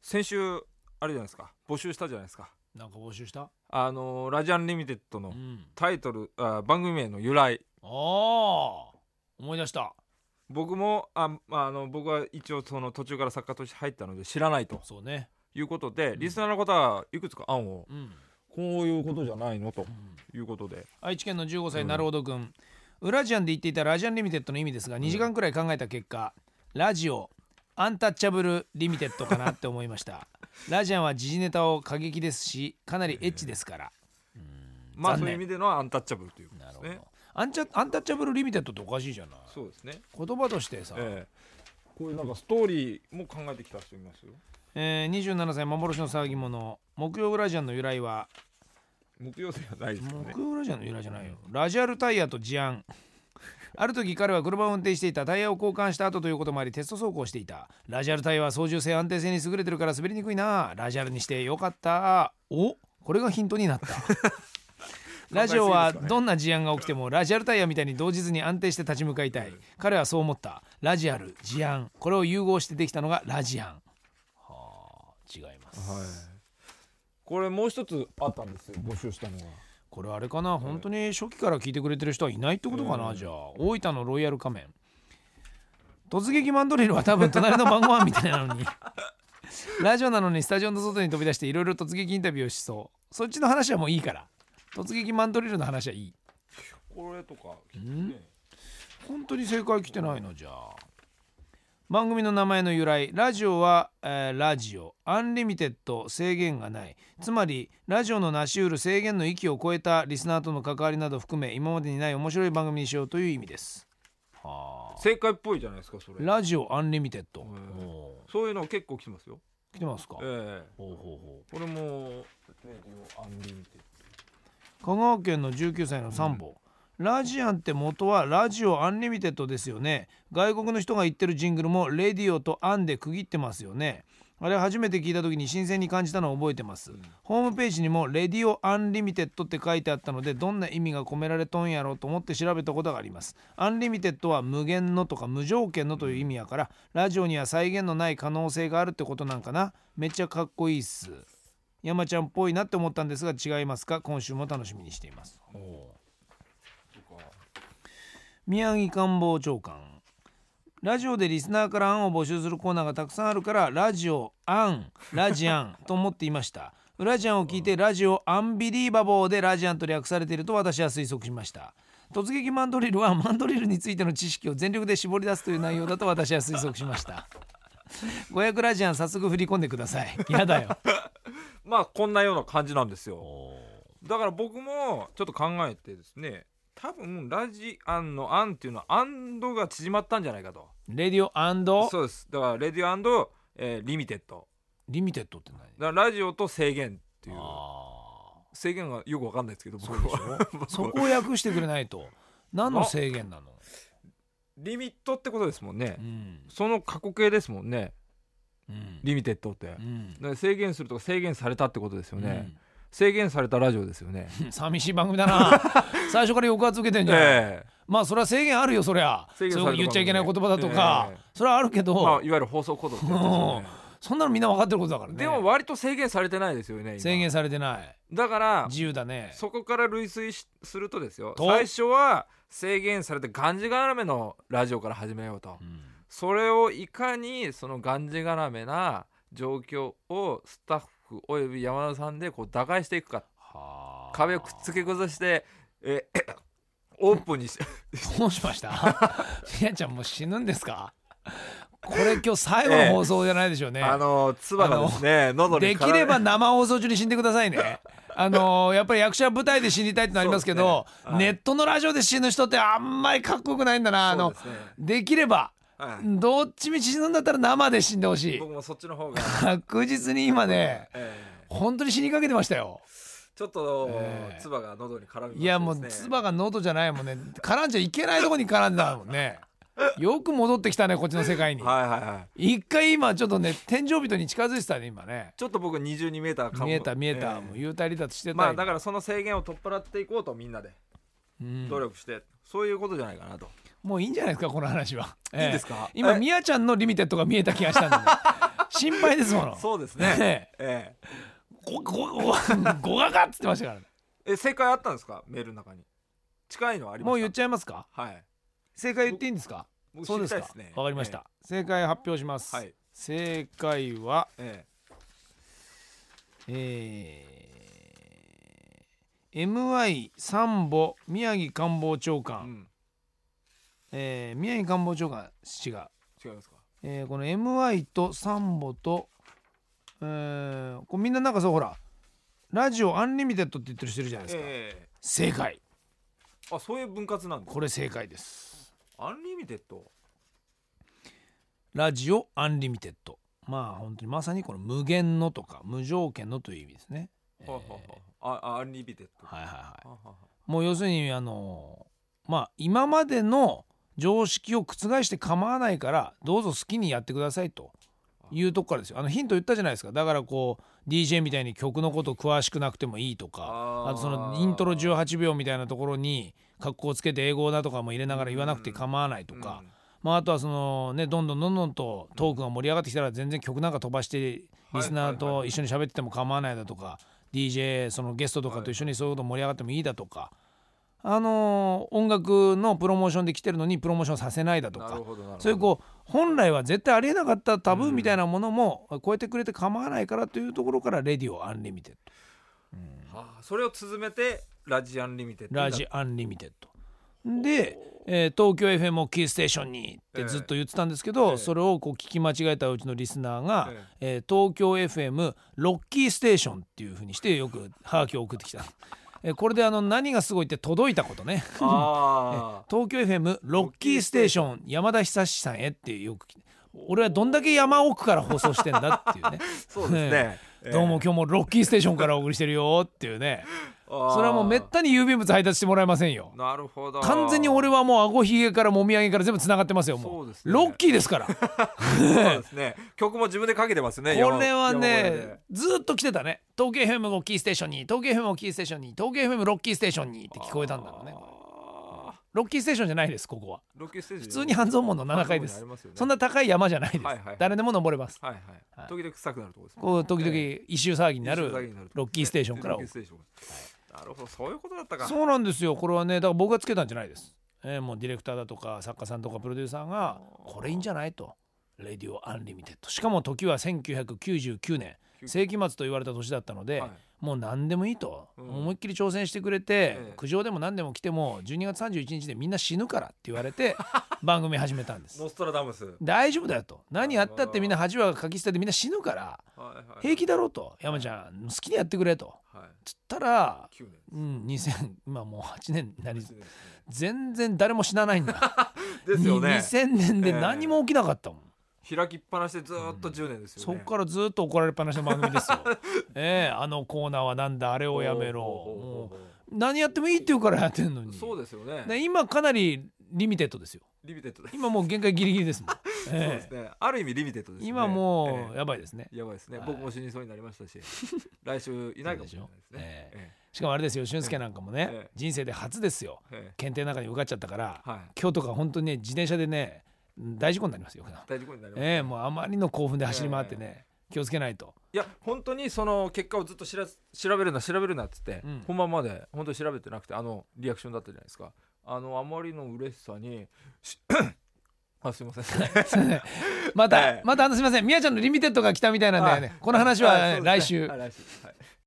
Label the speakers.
Speaker 1: 先週あれじゃないですか募集したじゃないですか
Speaker 2: なんか募集した
Speaker 1: あのラジアンリミテッド
Speaker 2: う
Speaker 1: の
Speaker 2: ん
Speaker 1: タイトル、あ番組名の由来
Speaker 2: ああ思い出した
Speaker 1: 僕もあまああの僕は一応その途中から作家として入ったので知らないと
Speaker 2: そうね
Speaker 1: いうことでリスナーの方はいくつか案を
Speaker 2: うん、
Speaker 1: こういうことじゃないのと
Speaker 2: うん
Speaker 1: いうことで
Speaker 2: 愛知県の15歳なるほどくん、ウラジアンで言っていたラジアンリミテッドの意味ですが2時間くらい考えた結果、ラジオアンタッチャブルリミテッドかなって思いました ラジアンは時事ネタを過激ですしかなりエッチですから、
Speaker 1: まあ
Speaker 2: 残
Speaker 1: そういう
Speaker 2: 念
Speaker 1: 意味でのアンタッチャブルということ
Speaker 2: な
Speaker 1: で
Speaker 2: る
Speaker 1: す
Speaker 2: ほど
Speaker 1: ね
Speaker 2: アンチャアンタッチャブルリミテッドっておかしいじゃない
Speaker 1: そうですね
Speaker 2: 言葉としてさ、
Speaker 1: ええこういうなんかストーリーも考えてきた人いますよ
Speaker 2: えー27歳幻の騒ぎ者木曜ウラジアンの由来は
Speaker 1: 木曜日はないですよね
Speaker 2: 木曜ラジアンの由来じゃないよラジアルタイヤと事案ある時彼は車を運転していたタイヤを交換した後ということもありテスト走行をしていたラジアルタイヤは操縦性安定性に優れてるから滑りにくいなラジアルにしてよかったおこれがヒントになった ラジオはどんな事案が起きてもラジアルタイヤみたいに同時ずに安定して立ち向かいたい彼はそう思ったラジアル事案これを融合してできたのがラジアンはあ違います
Speaker 1: はいこれもう一つあったんですよ募集したのが
Speaker 2: これあれかな本当に初期から聞いてくれてる人はいないってことかな、
Speaker 1: うん
Speaker 2: じゃあ大分のロイヤル仮面突撃マンドリルは多分隣の晩ご飯みたいなの にラジオなのにスタジオの外に飛び出していろいろ突撃インタビューをしそうそっちの話はもういいから突撃マンドリルの話はいい
Speaker 1: これとか
Speaker 2: ん本当に正解来てないのじゃあ番組の名前の由来ラジオは、えーラジオアンリミテッド制限がないつまりラジオの成し得る制限の域を超えたリスナーとの関わりなど含め今までにない面白い番組にしようという意味ですはあ
Speaker 1: 正解っぽいじゃないですかそれ
Speaker 2: ラジオアンリミテッド
Speaker 1: うん
Speaker 2: お
Speaker 1: そういうの結構来てますよ
Speaker 2: ー来てますか
Speaker 1: ええ
Speaker 2: ほうほうほ
Speaker 1: これもレディオアンリミテッ
Speaker 2: う香川県の19歳のサンボ、ラジアンって元はラジオアンリミテッドですよね外国の人が言ってるジングルもレディオとアンで区切ってますよねあれ初めて聞いた時に新鮮に感じたのを覚えてます、ホームページにも「レディオアンリミテッド」って書いてあったのでどんな意味が込められとんやろうと思って調べたことがありますアンリミテッドは無限のとか無条件のという意味やからラジオには再現のない可能性があるってことなんかなめっちゃかっこいいっす山ちゃんっぽいなって思ったんですが違いますか今週も楽しみにしています
Speaker 1: ドとか
Speaker 2: 宮城官房長官ラジオでリスナーから案を募集するコーナーがたくさんあるからラジオアンラジアン と思っていましたラジアンを聞いてラジオアンビリーバボーでラジアンと略されていると私は推測しました突撃マンドリルはマンドリルについての知識を全力で絞り出すという内容だと私は推測しました500ラジアン早速振り込んでくださいやだよ
Speaker 1: まあこんなような感じなんですよだから僕もちょっと考えてですね多分ラジアンの「アン」っていうのは「アンド」が縮まったんじゃないかと
Speaker 2: レディオアンド
Speaker 1: そうですだから「レディオアンド、えーリミテッド
Speaker 2: リミテッドって」何
Speaker 1: だからラジオと制限っていう
Speaker 2: あ
Speaker 1: 制限がよくわかんないですけど 僕
Speaker 2: ー
Speaker 1: は
Speaker 2: でしょそこを訳してくれない と何の制限なの
Speaker 1: リミットってことですもんね、
Speaker 2: うん
Speaker 1: その過去形ですもんね
Speaker 2: うん
Speaker 1: リミテッドって、だか
Speaker 2: うん
Speaker 1: ら制限するとか制限されたってことですよね、
Speaker 2: うん
Speaker 1: 制限されたラジオですよ ね
Speaker 2: 寂しい番組 だな最初から抑圧受けてんじゃん、
Speaker 1: ええ
Speaker 2: まあそれは制限あるよそりゃそ
Speaker 1: 制
Speaker 2: うい
Speaker 1: 限
Speaker 2: う
Speaker 1: された
Speaker 2: こと言っちゃいけない言葉だとか、
Speaker 1: ええ
Speaker 2: それはあるけど、
Speaker 1: まあいわゆる放送コードってやつですよ ね
Speaker 2: そんなのみんな分かってることだからね
Speaker 1: でも割と制限されてないですよね今
Speaker 2: 制限されてない
Speaker 1: だから
Speaker 2: 自由だね
Speaker 1: そこから類推しするとですよ
Speaker 2: と
Speaker 1: 最初は制限されてがんじがらめのラジオから始めようと、
Speaker 2: うん
Speaker 1: それをいかにそのがんじがらめな状況をスタッフおよび山田さんでこう打開していくか
Speaker 2: はあ
Speaker 1: 壁をくっつけ崩してえオープンにして
Speaker 2: どうしました みやちゃんもう死ぬんですかこれ今日最後の放送じゃないでしょうね、
Speaker 1: あの唾がですね喉に
Speaker 2: で
Speaker 1: 絡め
Speaker 2: きれば生放送中に死んでくださ いね。あのーやっぱり役者は舞台で死にたいってのありますけど
Speaker 1: そうですねはい
Speaker 2: ネットのラジオで死ぬ人ってあんまりかっこよくないんだなあの
Speaker 1: そうですね
Speaker 2: で,、きれば
Speaker 1: はい
Speaker 2: どっちみち死ぬんだったら生で死んでほしい
Speaker 1: 僕もそっちの方が、
Speaker 2: 確実に今ね
Speaker 1: ええ
Speaker 2: 本当に死にかけてましたよ
Speaker 1: ちょっと
Speaker 2: ええ
Speaker 1: 唾が喉に絡みましてですね
Speaker 2: いやもう唾が喉じゃないもんね絡んじゃいけないとこに絡んだもんねよく戻ってきたねこっちの世界に
Speaker 1: はいはいはい
Speaker 2: 一回今ちょっとね天井人に近づいてたね今ね
Speaker 1: ちょっと僕2 2ーターかも
Speaker 2: 見えた見えた、
Speaker 1: ええ
Speaker 2: もう幽体離脱してた
Speaker 1: まあ
Speaker 2: 今
Speaker 1: だからその制限を取っ払っていこうとみんなで
Speaker 2: うん
Speaker 1: 努力して、そういうことじゃないかなと
Speaker 2: もういいんじゃないですかこの話は。
Speaker 1: いいんですか
Speaker 2: ええ今
Speaker 1: え
Speaker 2: ミヤちゃんのリミテッドが見えた気がしたんで。心配ですもの
Speaker 1: そうですね。
Speaker 2: ね
Speaker 1: ええ
Speaker 2: ごごご ごががっつってましたからね
Speaker 1: え正解あったんですかメールの中に。近いのはありますか
Speaker 2: もう言っちゃいますか
Speaker 1: はい。
Speaker 2: 正解言っていいんですか
Speaker 1: 僕
Speaker 2: そうで
Speaker 1: 知り
Speaker 2: す
Speaker 1: たい
Speaker 2: か
Speaker 1: ですね。
Speaker 2: わかりました正解発表します
Speaker 1: はい
Speaker 2: 正解は
Speaker 1: ええ。
Speaker 2: えー MI 三保宮城官房長
Speaker 1: ええう
Speaker 2: 官
Speaker 1: ん。
Speaker 2: えー宮城官房長官氏が
Speaker 1: 違いますか。
Speaker 2: えーこの MI とサンボと、えーこうみんななんかそうほらラジオアンリミテッドって言ってる人いるじゃないですか、
Speaker 1: え
Speaker 2: 正解
Speaker 1: え。あそういう分割なんです。
Speaker 2: これ正解です
Speaker 1: アンリミテッド。
Speaker 2: ラジオアンリミテッドまあ本当にまさにこの無限のとか無条件のという意味ですね、えー
Speaker 1: はあはあはああアンリミテッド。
Speaker 2: はいはいはい
Speaker 1: はあは
Speaker 2: もう要するにあのーまあ今までの常識を覆して構わないからどうぞ好きにやってくださいというとこからですよあのヒント言ったじゃないですかだからこう DJ みたいに曲のこと詳しくなくてもいいとか
Speaker 1: あ
Speaker 2: あ
Speaker 1: ー
Speaker 2: とそのイントロ18秒みたいなところに格好つけて英語だとかも入れながら言わなくて構わないとか、
Speaker 1: うん
Speaker 2: まあ、あとはそのねどんどんどんどんとトークが盛り上がってきたら全然曲なんか飛ばして
Speaker 1: はい
Speaker 2: リスナー
Speaker 1: はい
Speaker 2: と一緒に喋ってても構わないだとか DJ そのゲストとかと一緒にそういうこと盛り上がってもいいだとかあのー音楽のプロモーションで来てるのにプロモーションさせないだと
Speaker 1: な
Speaker 2: か
Speaker 1: るほどなるほど。
Speaker 2: そういうこう本来は絶対ありえなかったタブーみたいなものも超えてくれて構わないからというところから「レディオアンリミテッ
Speaker 1: はあそれを続めてラジアンリミテッ
Speaker 2: ド」「
Speaker 1: ド。
Speaker 2: ラジアンリミテッド」で、えー東京 FM をキーステーションに」ってずっと言ってたんですけど、
Speaker 1: ええ
Speaker 2: それをこう聞き間違えたうちのリスナーが、
Speaker 1: え
Speaker 2: えー東京 FM ロッキーステーションっていうふうにしてよくハガキを送ってきた、 えーこれであの何がすごいって届いたことね
Speaker 1: ああ。
Speaker 2: 東京 FM ロッキーステーション山田久志さんへってよく俺はどんだけ山奥から放送してんだっていうね
Speaker 1: そうですね。 ええ
Speaker 2: どうも。今日もロッキーステーションからお送りしてるよっていうね
Speaker 1: そ
Speaker 2: それはもうめったに郵便物配達してもらえませんよ
Speaker 1: なるほど。
Speaker 2: 完全に俺はもう顎ひげからもみあげから全部つながってますよも
Speaker 1: そうですね
Speaker 2: ロッキーですからこ
Speaker 1: そうですね。曲も自分でかけてますね。山
Speaker 2: れは
Speaker 1: 山小屋
Speaker 2: ね
Speaker 1: で
Speaker 2: ずっと来てたね東京 FM ロッキーステーションに東京 FM ロッキーステーションに東京 FM ロッキーステーションにって聞こえたんだろうね
Speaker 1: あ
Speaker 2: ロッキーステーションじゃないですここは
Speaker 1: ーロッキーステージ。
Speaker 2: 普通に半蔵門の7階です
Speaker 1: 半蔵門にありますよね
Speaker 2: そんな高い山じゃないです、
Speaker 1: はいはい
Speaker 2: 誰でも登れます
Speaker 1: はい
Speaker 2: は
Speaker 1: はいい。時々臭くなるところですもんね。
Speaker 2: こう時々一周騒ぎにな
Speaker 1: 一周騒ぎ
Speaker 2: る
Speaker 1: になる
Speaker 2: ロッキーステーションから
Speaker 1: ロッキーステーションからなるほど、そういうことだったか。
Speaker 2: そうなんですよこれはねだから僕がつけたんじゃないです、えーもうディレクターだとか作家さんとかプロデューサーがこれいいんじゃないと「レディオアンリミテッド」しかも時は1999年世紀末と言われた年だったので、
Speaker 1: はい
Speaker 2: もう何でもいいと、
Speaker 1: うん
Speaker 2: 思いっきり挑戦してくれて、
Speaker 1: ええ
Speaker 2: 苦情でも何でも来ても12月31日でみんな死ぬからって言われ て番組始めたんです
Speaker 1: ノストラダムス。はい
Speaker 2: 大丈夫だよと何やったってみんな恥はかき捨ててみんな死ぬから
Speaker 1: はい。
Speaker 2: 平気だろうと山ちゃん好きにやってくれと
Speaker 1: はい。
Speaker 2: つったら、
Speaker 1: 九年。
Speaker 2: うん、2000今もう8年になり
Speaker 1: ですね
Speaker 2: 全然誰も死なないんだ
Speaker 1: ですよね。
Speaker 2: 2000年で何も起きなかったもん、
Speaker 1: 開きっぱなしでずーっと10年ですよね。
Speaker 2: そこからずっと怒られっぱなしの番組で すよええあのコーナーはなんだあれをやめろ
Speaker 1: ほうほうほう
Speaker 2: も
Speaker 1: ほう
Speaker 2: う何やってもいいって言うからやってんのに
Speaker 1: そうですよね。
Speaker 2: ね今かなりリミテッドですよ
Speaker 1: リミテッドです。
Speaker 2: 今もう限界ギリギリですもん、
Speaker 1: そう
Speaker 2: え
Speaker 1: ですね。ある意味リミテッドで
Speaker 2: え
Speaker 1: すね。
Speaker 2: 今もう
Speaker 1: え
Speaker 2: やばいですね
Speaker 1: えやばいですね
Speaker 2: はい。
Speaker 1: 僕も死にそうになりましたし、来週いないかもしれないです
Speaker 2: そうでしょ
Speaker 1: ね。え
Speaker 2: しかもあれですよ俊介なんかもね、
Speaker 1: ええ
Speaker 2: 人生で初ですよ
Speaker 1: ええ
Speaker 2: 検定なんかに受かっちゃったから
Speaker 1: えはい。
Speaker 2: 今日とか本当にね自転車でね大事故になりますよ、
Speaker 1: 大事故になります。
Speaker 2: ええもうあまりの興奮で走り回ってね、気をつけないと
Speaker 1: いや本当にその結果をずっとしら調べるな調べるなっつって、
Speaker 2: うん
Speaker 1: 本番まで本当に調べてなくてあのリアクションだったじゃないですかあのあまりの嬉しさにし あすいません
Speaker 2: また、
Speaker 1: はい
Speaker 2: またあのすみませんみやちゃんのリミテッドが来たみたいなんで、ね
Speaker 1: はい
Speaker 2: この話は、
Speaker 1: あそうですね
Speaker 2: 来週
Speaker 1: はい来週はい